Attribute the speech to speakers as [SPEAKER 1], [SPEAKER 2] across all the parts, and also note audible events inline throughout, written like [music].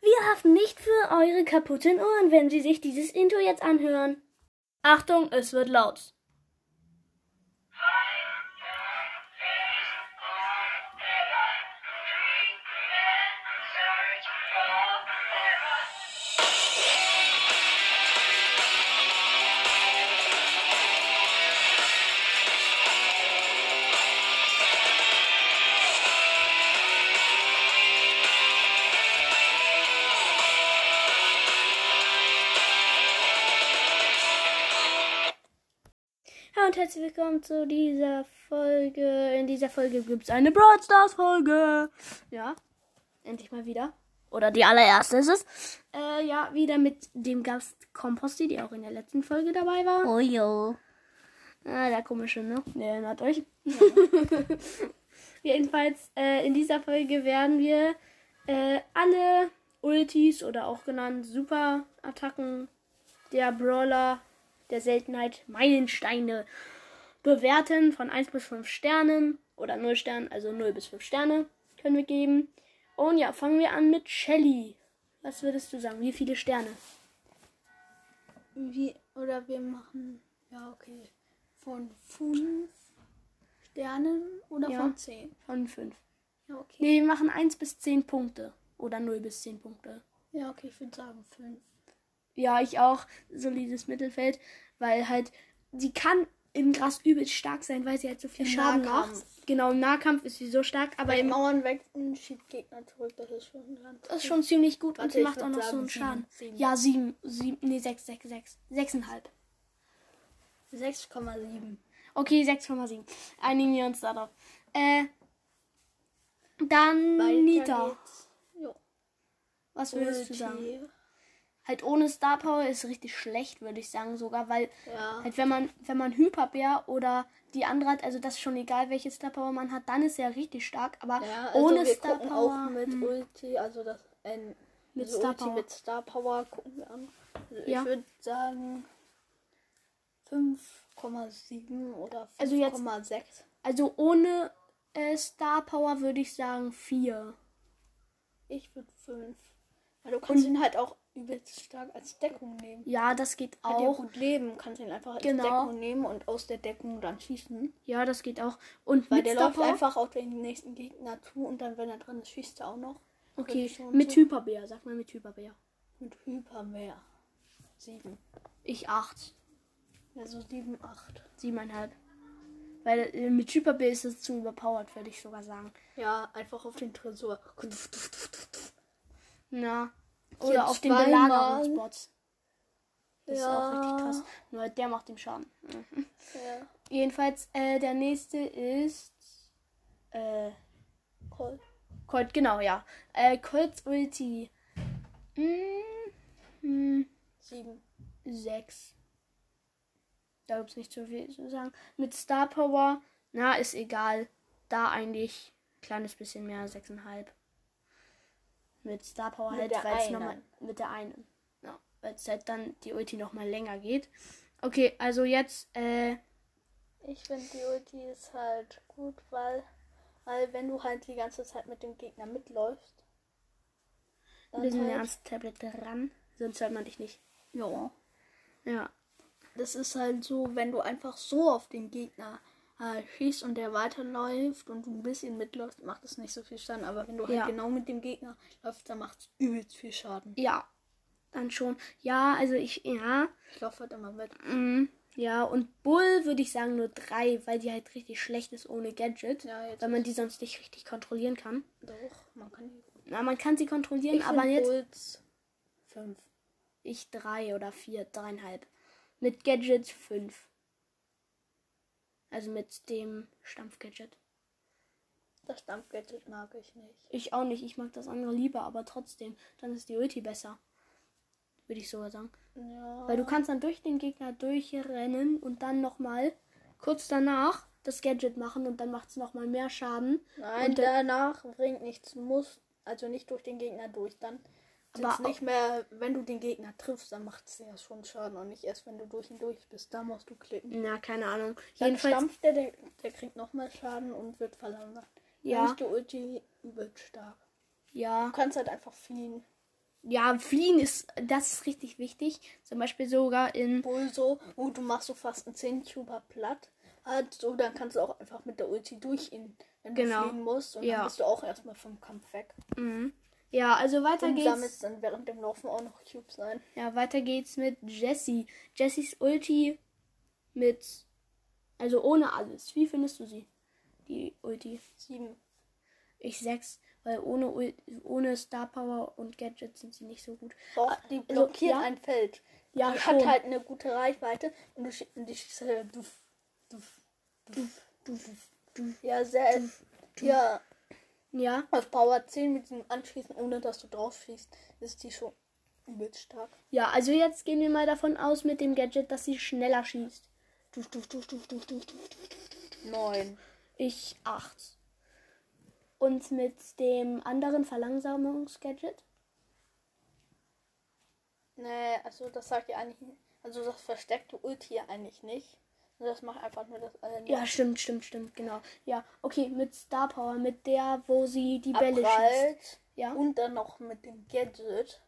[SPEAKER 1] Wir haften nicht für eure kaputten Ohren, wenn Sie sich dieses Intro jetzt anhören. Achtung, es wird laut. Hallo und herzlich willkommen zu dieser Folge. In dieser Folge gibt es eine Brawl Stars Folge. Ja, endlich mal wieder. Oder die allererste ist es. Äh, ja, wieder mit dem Gast Komposti, die auch in der letzten Folge dabei war.
[SPEAKER 2] Oh jo.
[SPEAKER 1] Ah, der komische, ne? Der erinnert euch. [laughs] Jedenfalls, äh, in dieser Folge werden wir äh, alle Ultis oder auch genannt Superattacken der Brawler der Seltenheit Meilensteine bewerten von 1 bis 5 Sternen oder 0 Sternen, also 0 bis 5 Sterne können wir geben. Und ja, fangen wir an mit Shelly. Was würdest du sagen? Wie viele Sterne?
[SPEAKER 2] Wie, oder wir machen, ja, okay, von 5 Sternen oder
[SPEAKER 1] Ja.
[SPEAKER 2] von 10.
[SPEAKER 1] Von 5.
[SPEAKER 2] Ja, okay.
[SPEAKER 1] Nee, wir machen 1 bis 10 Punkte oder 0 bis 10 Punkte.
[SPEAKER 2] Ja, okay, ich würde sagen 5.
[SPEAKER 1] Ja, ich auch. Solides Mittelfeld, weil halt sie kann im Gras übelst stark sein, weil sie halt so viel
[SPEAKER 2] Im
[SPEAKER 1] Schaden
[SPEAKER 2] Nahkampf.
[SPEAKER 1] macht. Genau, im Nahkampf ist sie so stark, aber
[SPEAKER 2] Bei
[SPEAKER 1] im
[SPEAKER 2] Mauern weg und schiebt Gegner zurück, das ist schon ganz.
[SPEAKER 1] Das ist schon ziemlich gut und
[SPEAKER 2] Warte,
[SPEAKER 1] sie
[SPEAKER 2] ich
[SPEAKER 1] macht auch
[SPEAKER 2] würd
[SPEAKER 1] noch so
[SPEAKER 2] sagen,
[SPEAKER 1] einen
[SPEAKER 2] sieben.
[SPEAKER 1] Schaden.
[SPEAKER 2] Sieben.
[SPEAKER 1] Ja, sieben, sieben, nee, sechs, sechs, sechs, sechseinhalb.
[SPEAKER 2] 6,7.
[SPEAKER 1] Okay, 6,7. Einigen wir uns darauf. Äh, dann
[SPEAKER 2] Weiter
[SPEAKER 1] Nita.
[SPEAKER 2] geht's. Jo.
[SPEAKER 1] Was würdest du sagen?
[SPEAKER 2] Ulti.
[SPEAKER 1] Halt ohne Star Power ist richtig schlecht, würde ich sagen sogar, weil
[SPEAKER 2] Ja.
[SPEAKER 1] halt wenn man wenn man Hyperbär oder die andere hat, also das ist schon egal, welche Star Power man hat, dann ist er richtig stark, aber
[SPEAKER 2] ja also
[SPEAKER 1] ohne
[SPEAKER 2] wir
[SPEAKER 1] Star
[SPEAKER 2] gucken
[SPEAKER 1] Power
[SPEAKER 2] auch mit
[SPEAKER 1] hm,
[SPEAKER 2] Ulti, also das äh,
[SPEAKER 1] Mit
[SPEAKER 2] also
[SPEAKER 1] Star
[SPEAKER 2] Ulti
[SPEAKER 1] Power.
[SPEAKER 2] mit Star Power gucken wir an. Also
[SPEAKER 1] Ja.
[SPEAKER 2] Ich würde sagen 5,7 oder 5,6.
[SPEAKER 1] Also jetzt- also ohne äh, Star Power würde ich sagen vier.
[SPEAKER 2] ich würde 5. Weil du kannst ihn halt auch übelst stark als Deckung nehmen.
[SPEAKER 1] Ja, das geht
[SPEAKER 2] Hat ja
[SPEAKER 1] auch.
[SPEAKER 2] gut Leben, kannst ihn einfach als
[SPEAKER 1] Genau.
[SPEAKER 2] Deckung nehmen und aus der Deckung dann schießen.
[SPEAKER 1] Ja, das geht auch. Und
[SPEAKER 2] Weil
[SPEAKER 1] mit
[SPEAKER 2] der
[SPEAKER 1] Star
[SPEAKER 2] läuft
[SPEAKER 1] Power?
[SPEAKER 2] einfach auf den nächsten Gegner zu und dann, wenn er drin ist, schießt er auch noch.
[SPEAKER 1] Okay,
[SPEAKER 2] Würde ich schon
[SPEAKER 1] mit
[SPEAKER 2] so-
[SPEAKER 1] Hyperbär, sag mal mit Hyperbär.
[SPEAKER 2] mit Hypermeer. 7.
[SPEAKER 1] Ich 8,
[SPEAKER 2] Also 7, 8.
[SPEAKER 1] 7,5. Weil äh, mit Hyperbär ist es zu überpowered, würde ich sogar sagen.
[SPEAKER 2] Ja, einfach auf den Tresor.
[SPEAKER 1] Na.
[SPEAKER 2] Ich
[SPEAKER 1] Oder
[SPEAKER 2] hab
[SPEAKER 1] auf den
[SPEAKER 2] zweimal-
[SPEAKER 1] Belagerungsbots. Das
[SPEAKER 2] Ja.
[SPEAKER 1] ist auch richtig krass. Nur halt der macht ihm Schaden. Mhm.
[SPEAKER 2] Ja,
[SPEAKER 1] Jedenfalls, äh, der nächste ist. Äh,
[SPEAKER 2] cool.
[SPEAKER 1] Colt, genau, ja. Äh, Colts Ulti. Mm, mm.
[SPEAKER 2] 7.
[SPEAKER 1] 6. Da gibt es nicht so viel zu sagen. Mit Star Power, na, ist egal. Da eigentlich ein kleines bisschen mehr, 6,5. Mit Star Power
[SPEAKER 2] Mit
[SPEAKER 1] halt,
[SPEAKER 2] der
[SPEAKER 1] weil es
[SPEAKER 2] einen.
[SPEAKER 1] nochmal mit der einen. Ja, weil es halt dann die Ulti nochmal länger geht. Okay, also jetzt, äh,
[SPEAKER 2] Ich finde die Ulti ist halt gut, weil, weil wenn du halt die ganze Zeit mit dem Gegner mitläufst. dann
[SPEAKER 1] wir sind ja
[SPEAKER 2] halt,
[SPEAKER 1] ans Tablet dran. Sonst hört man dich nicht.
[SPEAKER 2] ja.
[SPEAKER 1] Ja.
[SPEAKER 2] Das ist halt so, wenn du einfach so auf den Gegner äh, schießt und der weiterläuft und du ein bisschen mitläufst, macht es nicht so viel Schaden. Aber wenn du
[SPEAKER 1] Ja.
[SPEAKER 2] halt genau mit dem Gegner läufst, dann macht es übelst viel Schaden.
[SPEAKER 1] Ja. Dann schon. Ja, also ich, ja.
[SPEAKER 2] Ich laufe halt immer mit.
[SPEAKER 1] Mhm. Ja, und Bull würde ich sagen nur drei, weil die halt richtig schlecht ist ohne Gadget.
[SPEAKER 2] Ja, jetzt
[SPEAKER 1] Weil man die sonst nicht richtig kontrollieren kann.
[SPEAKER 2] doch, man kann die
[SPEAKER 1] Na, man kann sie kontrollieren,
[SPEAKER 2] Ich
[SPEAKER 1] aber
[SPEAKER 2] find
[SPEAKER 1] jetzt
[SPEAKER 2] Bulls fünf.
[SPEAKER 1] ich drei oder vier, dreieinhalb. Mit Gadget fünf. Also mit dem Stampfgadget.
[SPEAKER 2] Das Stampfgadget mag ich nicht.
[SPEAKER 1] Ich auch nicht, ich mag das andere lieber, aber trotzdem, dann ist die Ulti besser. Würde ich sogar sagen.
[SPEAKER 2] Ja.
[SPEAKER 1] Weil du kannst dann durch den Gegner durchrennen und dann nochmal kurz danach das Gadget machen und dann macht es nochmal mehr Schaden.
[SPEAKER 2] Nein,
[SPEAKER 1] Und dann-
[SPEAKER 2] danach bringt nichts. Du musst also nicht durch den Gegner durch. Dann
[SPEAKER 1] Aber
[SPEAKER 2] aber
[SPEAKER 1] au-
[SPEAKER 2] nicht mehr, wenn du den Gegner triffst, dann macht es ja schon Schaden und nicht erst, wenn du durch ihn durch bist. Da musst du klicken.
[SPEAKER 1] Na, keine Ahnung.
[SPEAKER 2] Dann
[SPEAKER 1] Jedenfalls,
[SPEAKER 2] stampft der, der, der kriegt noch mehr Schaden und wird verlangsamt. Dann
[SPEAKER 1] Ja.
[SPEAKER 2] ist die Ulti übel stark.
[SPEAKER 1] ja.
[SPEAKER 2] Du kannst halt einfach fliehen.
[SPEAKER 1] ja, fliehen ist, das ist richtig wichtig. Zum Beispiel sogar in,
[SPEAKER 2] Wohl so, oh, du machst so fast einen 10 Tuber platt. Also, dann kannst du auch einfach mit der Ulti durch ihn, wenn
[SPEAKER 1] Genau.
[SPEAKER 2] du fliegen musst. Und
[SPEAKER 1] Ja.
[SPEAKER 2] dann bist du auch erstmal vom Kampf weg.
[SPEAKER 1] mhm. ja, also weiter
[SPEAKER 2] Und
[SPEAKER 1] geht's.
[SPEAKER 2] sammelst dann während dem Laufen auch noch Cubes ein.
[SPEAKER 1] Ja, weiter geht's mit Jessie. Jessies Ulti mit, also ohne alles. Wie findest du sie? Die Ulti.
[SPEAKER 2] Sieben.
[SPEAKER 1] Ich sechs, weil ohne, Ul- ohne Star Power und Gadgets sind sie nicht so gut.
[SPEAKER 2] Doch, die blockiert
[SPEAKER 1] Ah, also, ja.
[SPEAKER 2] ein Feld.
[SPEAKER 1] Ja,
[SPEAKER 2] die
[SPEAKER 1] schon.
[SPEAKER 2] hat halt eine gute Reichweite und du schießt die schießt halt duff, duff, duff, duff, duff. Ja, sehr. Ja,
[SPEAKER 1] Ja,
[SPEAKER 2] auf Power 10 mit diesem Anschießen, ohne dass du drauf schießt, ist die schon übelst stark.
[SPEAKER 1] ja, also jetzt gehen wir mal davon aus mit dem Gadget, dass sie schneller schießt. Duf, duf, duf, duf, duf, duf, duf.
[SPEAKER 2] Neun.
[SPEAKER 1] Ich acht. Und mit dem anderen Verlangsamungsgadget?
[SPEAKER 2] Nee, also das sagt ihr eigentlich. Also das versteckte Ulti eigentlich nicht. Nur Das macht einfach nur das alle
[SPEAKER 1] Ja, stimmt, stimmt, stimmt, genau. Ja, okay, mit Star Power, mit der, wo sie die Bälle schießt.
[SPEAKER 2] abprallt.
[SPEAKER 1] Ja.
[SPEAKER 2] Und dann noch mit dem Gadget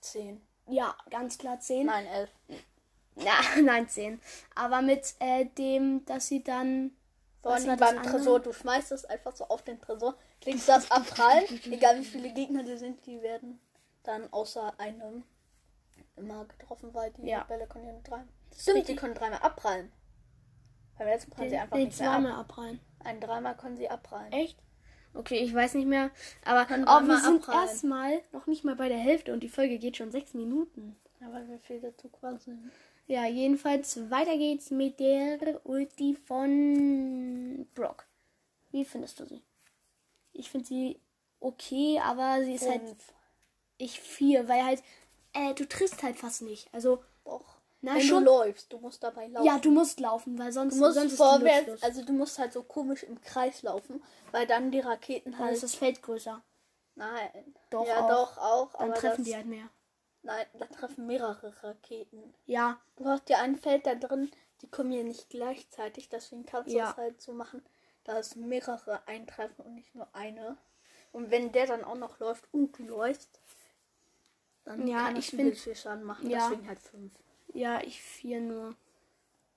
[SPEAKER 2] 10.
[SPEAKER 1] Ja, ganz klar 10. [laughs]
[SPEAKER 2] Nein, 11.
[SPEAKER 1] Na, nein, 10. Aber mit äh, dem, dass sie dann.
[SPEAKER 2] Vor
[SPEAKER 1] Was
[SPEAKER 2] allem
[SPEAKER 1] war das
[SPEAKER 2] beim
[SPEAKER 1] andere?
[SPEAKER 2] Tresor, du schmeißt es einfach so auf den Tresor, legst das
[SPEAKER 1] [laughs]
[SPEAKER 2] abprallen, egal wie viele Gegner die sind, die werden dann außer einem immer getroffen, weil die
[SPEAKER 1] Ja.
[SPEAKER 2] Bälle können ja nur drei. Stimmt, die können dreimal abprallen. Beim letzten prallen sie einfach
[SPEAKER 1] Nee,
[SPEAKER 2] nicht mehr ab.
[SPEAKER 1] zweimal abprallen.
[SPEAKER 2] Ein dreimal können sie abprallen.
[SPEAKER 1] Echt? Okay, ich weiß nicht mehr. Aber
[SPEAKER 2] Können
[SPEAKER 1] oh,
[SPEAKER 2] wir
[SPEAKER 1] wir
[SPEAKER 2] mal
[SPEAKER 1] sind
[SPEAKER 2] abprallen.
[SPEAKER 1] erstmal noch nicht mal bei der Hälfte und die Folge geht schon sechs Minuten.
[SPEAKER 2] Aber wie viel dazu quasi.
[SPEAKER 1] Ja, jedenfalls weiter geht's mit der Ulti von Brock. Wie findest du sie? Ich finde sie okay, aber sie ist halt
[SPEAKER 2] Fünf.
[SPEAKER 1] ich viel, weil halt äh, du triffst halt fast nicht. Also
[SPEAKER 2] Doch.
[SPEAKER 1] Na,
[SPEAKER 2] Wenn
[SPEAKER 1] schon.
[SPEAKER 2] du läufst, du musst dabei laufen.
[SPEAKER 1] ja, du musst laufen, weil sonst
[SPEAKER 2] Du musst
[SPEAKER 1] sonst ist die
[SPEAKER 2] vorwärts,
[SPEAKER 1] nutzlos.
[SPEAKER 2] also du musst halt so komisch im Kreis laufen, weil dann die Raketen
[SPEAKER 1] dann
[SPEAKER 2] halt.
[SPEAKER 1] ist das Feld größer.
[SPEAKER 2] Nein.
[SPEAKER 1] Doch,
[SPEAKER 2] ja,
[SPEAKER 1] auch.
[SPEAKER 2] doch auch.
[SPEAKER 1] Dann
[SPEAKER 2] aber
[SPEAKER 1] treffen
[SPEAKER 2] das,
[SPEAKER 1] die halt mehr.
[SPEAKER 2] Nein, da treffen mehrere Raketen.
[SPEAKER 1] Ja,
[SPEAKER 2] Du hast ja ein Feld da drin, die kommen ja nicht gleichzeitig, deswegen kannst du
[SPEAKER 1] Ja.
[SPEAKER 2] es halt so machen, dass mehrere eintreffen und nicht nur eine. Und wenn der dann auch noch läuft und du läufst, dann
[SPEAKER 1] Ja,
[SPEAKER 2] kann
[SPEAKER 1] ich
[SPEAKER 2] ich
[SPEAKER 1] find-
[SPEAKER 2] übel viel Schaden machen,
[SPEAKER 1] Ja.
[SPEAKER 2] deswegen halt fünf.
[SPEAKER 1] ja, ich vier nur.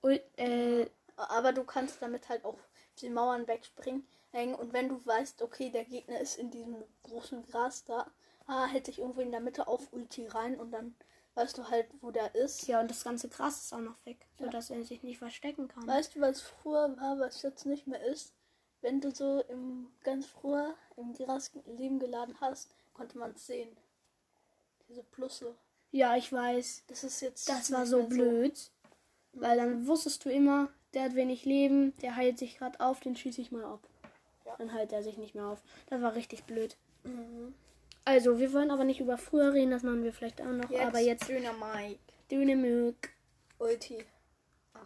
[SPEAKER 1] Ul äh,
[SPEAKER 2] Aber du kannst damit halt auch die Mauern wegspringen. hängen. Und wenn du weißt, okay, der Gegner ist in diesem großen Gras da, ah, hätte ich irgendwo in der Mitte auf Ulti rein und dann weißt du halt, wo der ist.
[SPEAKER 1] ja, und das ganze Gras ist auch noch weg, sodass er sich nicht verstecken kann.
[SPEAKER 2] Weißt du, was früher war, was jetzt nicht mehr ist? Wenn du so im ganz früher im Gras Leben geladen hast, konnte man es sehen. Diese Plusse.
[SPEAKER 1] Ja, ich weiß.
[SPEAKER 2] Das ist jetzt.
[SPEAKER 1] Das war
[SPEAKER 2] nicht
[SPEAKER 1] so
[SPEAKER 2] mehr
[SPEAKER 1] blöd, weil dann wusstest du immer, der hat wenig Leben, der heilt sich gerade auf, den schieße ich mal ab.
[SPEAKER 2] Ja.
[SPEAKER 1] Dann heilt er sich nicht mehr auf. Das war richtig blöd.
[SPEAKER 2] Mhm.
[SPEAKER 1] Also, wir wollen aber nicht über früher reden, das machen wir vielleicht auch noch. Aber jetzt
[SPEAKER 2] Döner Mike.
[SPEAKER 1] Dynamik
[SPEAKER 2] Ulti. 8.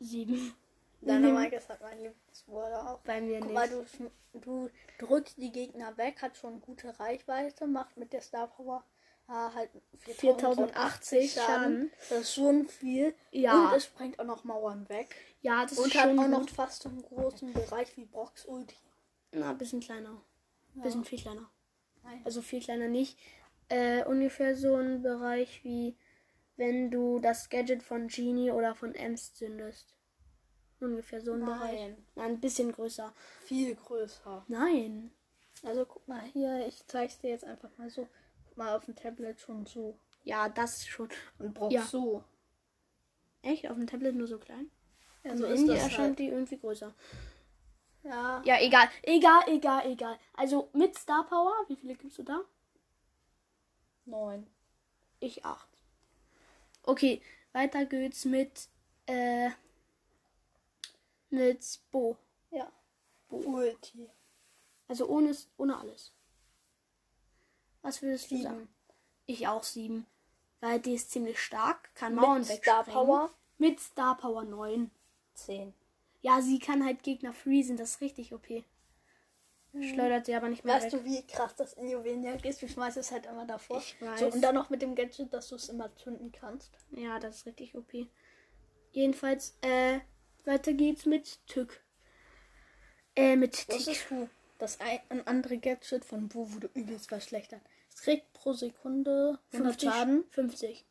[SPEAKER 1] 7.
[SPEAKER 2] Döner Mike ist halt mein Lieblingswort auch.
[SPEAKER 1] Bei mir
[SPEAKER 2] Guck
[SPEAKER 1] Mhm. nicht.
[SPEAKER 2] mal, du, schm- du drückst die Gegner weg, hat schon gute Reichweite, macht mit der Star Power ah, halt 4080 Schaden.
[SPEAKER 1] Schaden.
[SPEAKER 2] Das ist schon viel.
[SPEAKER 1] Ja.
[SPEAKER 2] Und es sprengt auch noch Mauern weg.
[SPEAKER 1] ja, das ist
[SPEAKER 2] Und hat
[SPEAKER 1] schon
[SPEAKER 2] auch noch
[SPEAKER 1] gut.
[SPEAKER 2] fast so einen großen Bereich wie Box Ulti.
[SPEAKER 1] Na, ein bisschen kleiner. Ein bisschen viel kleiner.
[SPEAKER 2] Nein.
[SPEAKER 1] Also viel kleiner nicht. Äh, ungefähr so ein Bereich wie wenn du das Gadget von Genie oder von Ems zündest. Ungefähr so ein Bereich.
[SPEAKER 2] Nein,
[SPEAKER 1] Nein, ein bisschen größer.
[SPEAKER 2] viel größer.
[SPEAKER 1] Nein.
[SPEAKER 2] Also guck mal hier, ich zeig's dir jetzt einfach mal so. Guck mal auf dem Tablet schon so.
[SPEAKER 1] Ja, das schon.
[SPEAKER 2] Und Box
[SPEAKER 1] Ja.
[SPEAKER 2] so.
[SPEAKER 1] Echt? Auf dem Tablet nur so klein?
[SPEAKER 2] Also
[SPEAKER 1] Im
[SPEAKER 2] ist
[SPEAKER 1] Indie
[SPEAKER 2] das
[SPEAKER 1] erscheint
[SPEAKER 2] halt.
[SPEAKER 1] die irgendwie größer.
[SPEAKER 2] Ja.
[SPEAKER 1] Ja, egal. Egal, egal, egal. Also mit Star Power, wie viele gibst du da?
[SPEAKER 2] Neun.
[SPEAKER 1] Ich acht. Okay, weiter geht's mit äh mit Bo.
[SPEAKER 2] Ja. Ulti.
[SPEAKER 1] Also ohne, ohne alles. Was würdest du
[SPEAKER 2] Sieben.
[SPEAKER 1] sagen? Ich auch sieben. Weil die ist ziemlich stark, kann
[SPEAKER 2] Mit
[SPEAKER 1] Mauern
[SPEAKER 2] Star
[SPEAKER 1] wegsprengen.
[SPEAKER 2] Power?
[SPEAKER 1] Mit Star Power 9.
[SPEAKER 2] Zehn.
[SPEAKER 1] Ja, sie kann halt Gegner freezen, das ist richtig OP.
[SPEAKER 2] Hm.
[SPEAKER 1] Schleudert sie aber nicht mehr weg.
[SPEAKER 2] Weißt du, wie krass das in Juwelenjagd ist? Du schmeißt es halt immer davor.
[SPEAKER 1] Ich weiß.
[SPEAKER 2] So, und dann noch mit dem Gadget, dass du es immer zünden kannst.
[SPEAKER 1] Ja, das ist richtig OP. Jedenfalls, äh, weiter geht's mit Tück. Äh, mit Tick.
[SPEAKER 2] Wusstest du, das ein, ein andere Gadget von Bo wurde übelst verschlechtert? Es
[SPEAKER 1] kriegt pro Sekunde 100
[SPEAKER 2] 50?
[SPEAKER 1] Schaden. 50.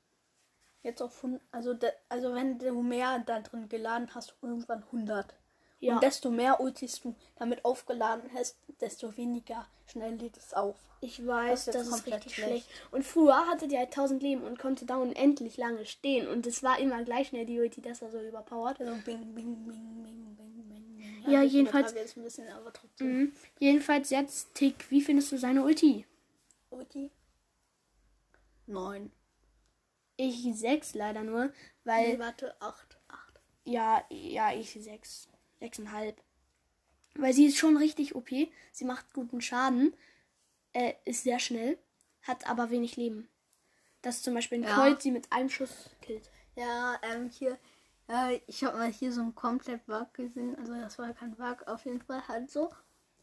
[SPEAKER 2] Jetzt auf 100. Also, da, also wenn du mehr da drin geladen hast, irgendwann 100.
[SPEAKER 1] Ja.
[SPEAKER 2] Und desto mehr Ultis du damit aufgeladen hast, desto weniger schnell lädt es auf.
[SPEAKER 1] Ich weiß,
[SPEAKER 2] Das
[SPEAKER 1] das,
[SPEAKER 2] ist jetzt
[SPEAKER 1] ist
[SPEAKER 2] komplett
[SPEAKER 1] richtig
[SPEAKER 2] schlecht.
[SPEAKER 1] schlecht. Und früher hatte die halt 1000 Leben und konnte da unendlich lange stehen. Und es war immer gleich schnell die Ulti, das war so überpowered.
[SPEAKER 2] Also bing, bing, bing, bing, bing, bing, bing.
[SPEAKER 1] Ja,
[SPEAKER 2] ich
[SPEAKER 1] jedenfalls-
[SPEAKER 2] übertreibe Jetzt ein bisschen, aber trotzdem.
[SPEAKER 1] Mhm. Jedenfalls jetzt, Tick, wie findest du seine Ulti?
[SPEAKER 2] Ulti. 9.
[SPEAKER 1] Ich 6 leider nur,
[SPEAKER 2] Nee,
[SPEAKER 1] weil,
[SPEAKER 2] warte, 8. 8.
[SPEAKER 1] ja, ja, ich 6, 6,5. Weil sie ist schon richtig OP, sie macht guten Schaden, äh, ist sehr schnell, hat aber wenig Leben. Dass zum Beispiel ein
[SPEAKER 2] Ja.
[SPEAKER 1] Colt sie mit einem Schuss killt.
[SPEAKER 2] Ja, ähm, hier, äh, ich habe mal hier so einen komplett Bug gesehen. Also, das war kein Bug, auf jeden Fall halt so.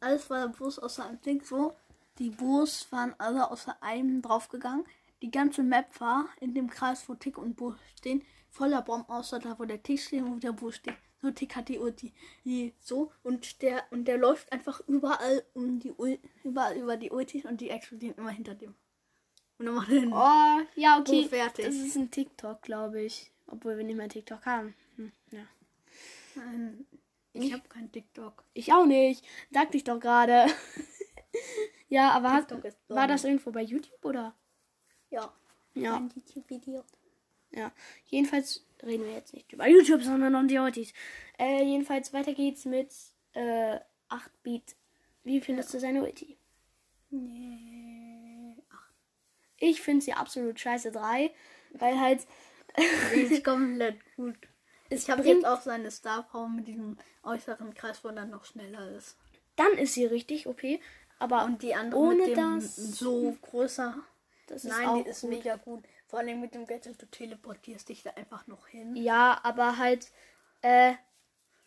[SPEAKER 2] Alles war bloß außer einem Ding so. Die Bus waren alle außer einem draufgegangen. Die ganze Map war in dem Kreis, wo Tick und Bus stehen, voller Bomben, außer da, wo der Tick steht und wo der Bus steht. So, Tick hat die Ulti. Die, so, und der, und der läuft einfach überall um die Ul überall über die Ultis und die explodieren immer hinter dem. Und dann macht er den
[SPEAKER 1] Oh, ja, okay.
[SPEAKER 2] Boom fertig.
[SPEAKER 1] Das ist ein TikTok, glaube ich. Obwohl wir nicht mehr TikTok haben. Hm, ja.
[SPEAKER 2] Nein,
[SPEAKER 1] Nicht?
[SPEAKER 2] ich habe kein TikTok.
[SPEAKER 1] Ich auch nicht. Sagte ich doch gerade. [laughs] ja, aber hast,
[SPEAKER 2] TikTok ist dumm.
[SPEAKER 1] war das irgendwo bei YouTube oder?
[SPEAKER 2] Ja.
[SPEAKER 1] Ja.
[SPEAKER 2] Ein YouTube-Video.
[SPEAKER 1] Ja. Jedenfalls reden wir jetzt nicht über YouTube, sondern um die Autis. Äh, jedenfalls weiter geht's mit äh, 8-Bit. Wie findest du seine Ulti?
[SPEAKER 2] Nee. [laughs] Ach,
[SPEAKER 1] Ich finde sie absolut scheiße 3, weil halt
[SPEAKER 2] die ist komplett gut. Ich habe
[SPEAKER 1] bringt-
[SPEAKER 2] jetzt auch seine Star Power mit diesem äußeren Kreis, wo er dann noch schneller ist.
[SPEAKER 1] dann ist sie richtig OP, aber
[SPEAKER 2] Und die andere
[SPEAKER 1] ohne
[SPEAKER 2] mit dem
[SPEAKER 1] das-
[SPEAKER 2] so größer.
[SPEAKER 1] das ist
[SPEAKER 2] Nein,
[SPEAKER 1] auch
[SPEAKER 2] die ist
[SPEAKER 1] gut.
[SPEAKER 2] mega gut. Vor allem mit dem Gadget, du teleportierst dich da einfach noch hin.
[SPEAKER 1] Ja, aber halt, äh,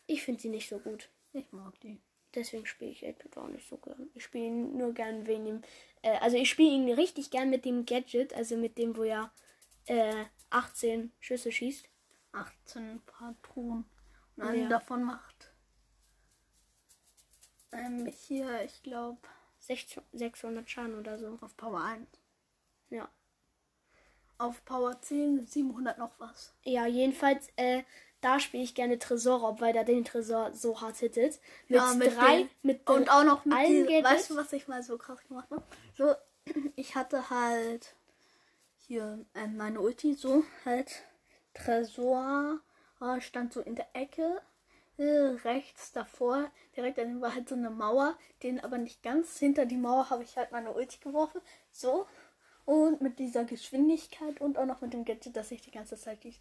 [SPEAKER 1] ich finde sie nicht so gut.
[SPEAKER 2] Ich mag die.
[SPEAKER 1] Deswegen spiele ich Edward auch nicht so gern. Ich spiele ihn nur gern wegen dem, äh, also ich spiele ihn richtig gern mit dem Gadget, also mit dem, wo er äh, 18 Schüsse schießt.
[SPEAKER 2] 18 Patronen. Und einen
[SPEAKER 1] Ja.
[SPEAKER 2] davon macht. Ähm, hier, ich glaube,
[SPEAKER 1] 16 600 Schaden oder so.
[SPEAKER 2] auf Power 1.
[SPEAKER 1] Ja.
[SPEAKER 2] Auf Power 10 700 noch was.
[SPEAKER 1] Ja, jedenfalls, äh, da spiele ich gerne Tresorraub, weil der den Tresor so hart hittet. Mit,
[SPEAKER 2] Ja, Ah, mit
[SPEAKER 1] drei,
[SPEAKER 2] den-
[SPEAKER 1] mit
[SPEAKER 2] Und auch noch mit
[SPEAKER 1] allen
[SPEAKER 2] diesem,
[SPEAKER 1] Gadgets?
[SPEAKER 2] Weißt du, was ich mal so krass gemacht habe? So, ich hatte halt hier ähm, meine Ulti, so halt Tresor, äh, stand so in der Ecke, äh, rechts davor, direkt dann war halt so eine Mauer, den aber nicht ganz hinter die Mauer habe ich halt meine Ulti geworfen, so. Und mit dieser Geschwindigkeit und auch noch mit dem Gadget, dass ich die ganze Zeit die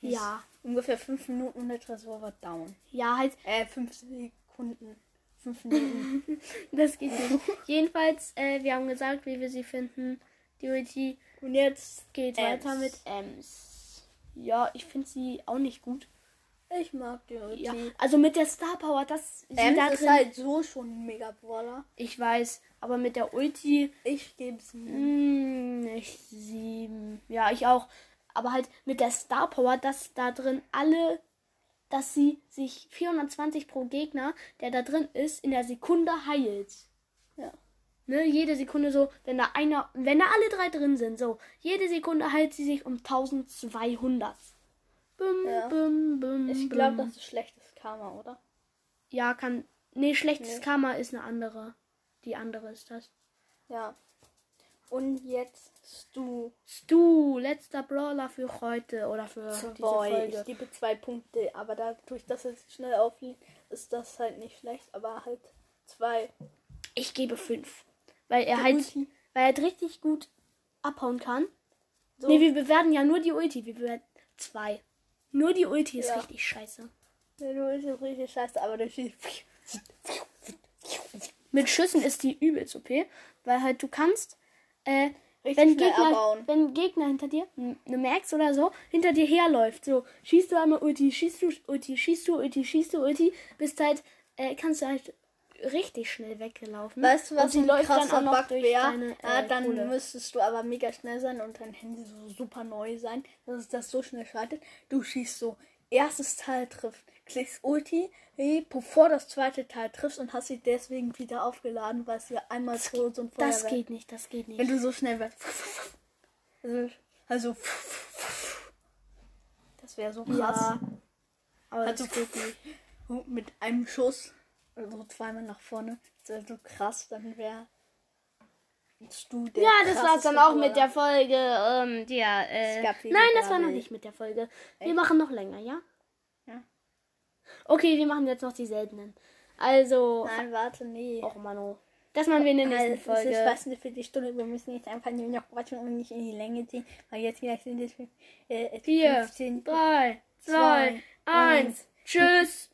[SPEAKER 1] Ja.
[SPEAKER 2] Ungefähr fünf Minuten und der Tresor war down.
[SPEAKER 1] ja, halt,
[SPEAKER 2] Äh, fünf Sekunden. Fünf Minuten.
[SPEAKER 1] das geht nicht. [laughs] jedenfalls, äh, wir haben gesagt, wie wir sie finden. Die Ulti
[SPEAKER 2] Und jetzt
[SPEAKER 1] geht
[SPEAKER 2] Ems.
[SPEAKER 1] weiter mit Ems. Ja, ich finde sie auch nicht gut.
[SPEAKER 2] [laughs] Ich mag die Ulti.
[SPEAKER 1] Ja, also mit der Star Power, das sie
[SPEAKER 2] Ems
[SPEAKER 1] da
[SPEAKER 2] ist
[SPEAKER 1] drin.
[SPEAKER 2] halt so schon ein mega Brawler.
[SPEAKER 1] ich weiß, aber mit der Ulti
[SPEAKER 2] Ich gebe es mir.
[SPEAKER 1] mh, Hm, ich sieben. Ja, ich auch. Aber halt mit der Star Power, dass da drin alle, dass sie sich 420 pro Gegner, der da drin ist, in der Sekunde heilt.
[SPEAKER 2] Ja.
[SPEAKER 1] Ne, jede Sekunde so, wenn da einer, wenn da alle drei drin sind, so, jede Sekunde heilt sie sich um 1200. Bum,
[SPEAKER 2] Ja.
[SPEAKER 1] bum, bum,
[SPEAKER 2] Ich glaube,
[SPEAKER 1] bum.
[SPEAKER 2] das ist schlechtes Karma, oder?
[SPEAKER 1] Ja, kann. Nee, schlechtes
[SPEAKER 2] Nee.
[SPEAKER 1] Karma ist eine andere. Die andere ist das.
[SPEAKER 2] Ja. Und jetzt du.
[SPEAKER 1] Stu, letzter Brawler für heute oder für diese
[SPEAKER 2] Boy,
[SPEAKER 1] Folge.
[SPEAKER 2] ich gebe zwei Punkte, aber dadurch, dass es schnell aufliegt, ist das halt nicht schlecht, aber halt zwei.
[SPEAKER 1] Ich gebe fünf. Weil er
[SPEAKER 2] Die
[SPEAKER 1] halt.
[SPEAKER 2] Ulti.
[SPEAKER 1] Weil er halt richtig gut abhauen kann.
[SPEAKER 2] So.
[SPEAKER 1] Nee, wir bewerten ja nur die Ulti. Wir bewerten zwei. Nur die Ulti ist
[SPEAKER 2] Ja.
[SPEAKER 1] richtig scheiße.
[SPEAKER 2] Nee, du bist ja richtig scheiße, aber du schießt.
[SPEAKER 1] Mit Schüssen ist die übelst OP, weil halt du kannst, äh,
[SPEAKER 2] Richtig
[SPEAKER 1] wenn
[SPEAKER 2] schnell
[SPEAKER 1] Gegner,
[SPEAKER 2] abbauen.
[SPEAKER 1] wenn Gegner hinter dir, m- ne Max oder so, hinter dir herläuft, so schießt du einmal Ulti, schießt du Ulti, schießt du Ulti, schießt du Ulti, bist halt, äh, kannst du halt richtig schnell weggelaufen.
[SPEAKER 2] Weißt du,
[SPEAKER 1] Und
[SPEAKER 2] was
[SPEAKER 1] sie
[SPEAKER 2] ein
[SPEAKER 1] läuft dann
[SPEAKER 2] krasser
[SPEAKER 1] auch noch
[SPEAKER 2] Bug
[SPEAKER 1] durch
[SPEAKER 2] wäre?
[SPEAKER 1] deine, äh,
[SPEAKER 2] ja, dann
[SPEAKER 1] Kohle.
[SPEAKER 2] müsstest du aber mega schnell sein und dein Handy so super neu sein, dass es das so schnell schaltet. Du schießt so, erstes Teil trifft, klickst Ulti, eh, bevor das zweite Teil triffst und hast sie deswegen wieder aufgeladen, weil es ja einmal so so ein
[SPEAKER 1] Das
[SPEAKER 2] Feuerwerk-
[SPEAKER 1] geht nicht, das geht nicht.
[SPEAKER 2] Wenn du so schnell wärst. [laughs] Also, also [laughs] das wäre so krass.
[SPEAKER 1] ja, Oh, aber
[SPEAKER 2] Also-
[SPEAKER 1] das geht nicht.
[SPEAKER 2] Mit einem Schuss, also zweimal nach vorne. Das wäre so krass, dann wäre du der
[SPEAKER 1] Ja, das war's dann
[SPEAKER 2] krasseste
[SPEAKER 1] auch mit
[SPEAKER 2] Brawler.
[SPEAKER 1] der Folge. Ähm, ja, äh,
[SPEAKER 2] Es gab viele
[SPEAKER 1] nein, das war noch
[SPEAKER 2] Brawler.
[SPEAKER 1] nicht mit der Folge. Wir
[SPEAKER 2] Echt?
[SPEAKER 1] machen noch länger, ja?
[SPEAKER 2] Ja.
[SPEAKER 1] Okay, wir machen jetzt noch die seltenen. Also,
[SPEAKER 2] Nein, warte, nee.
[SPEAKER 1] och Mano. Das machen wir in der
[SPEAKER 2] Also,
[SPEAKER 1] nächsten
[SPEAKER 2] es ist
[SPEAKER 1] Folge.
[SPEAKER 2] fast eine Viertelstunde. Wir müssen jetzt einfach nur noch quatschen und nicht in die Länge ziehen, weil jetzt gleich sind es äh,
[SPEAKER 1] Vier,
[SPEAKER 2] 15.
[SPEAKER 1] Drei, zwei,
[SPEAKER 2] zwei,
[SPEAKER 1] eins. Tschüss.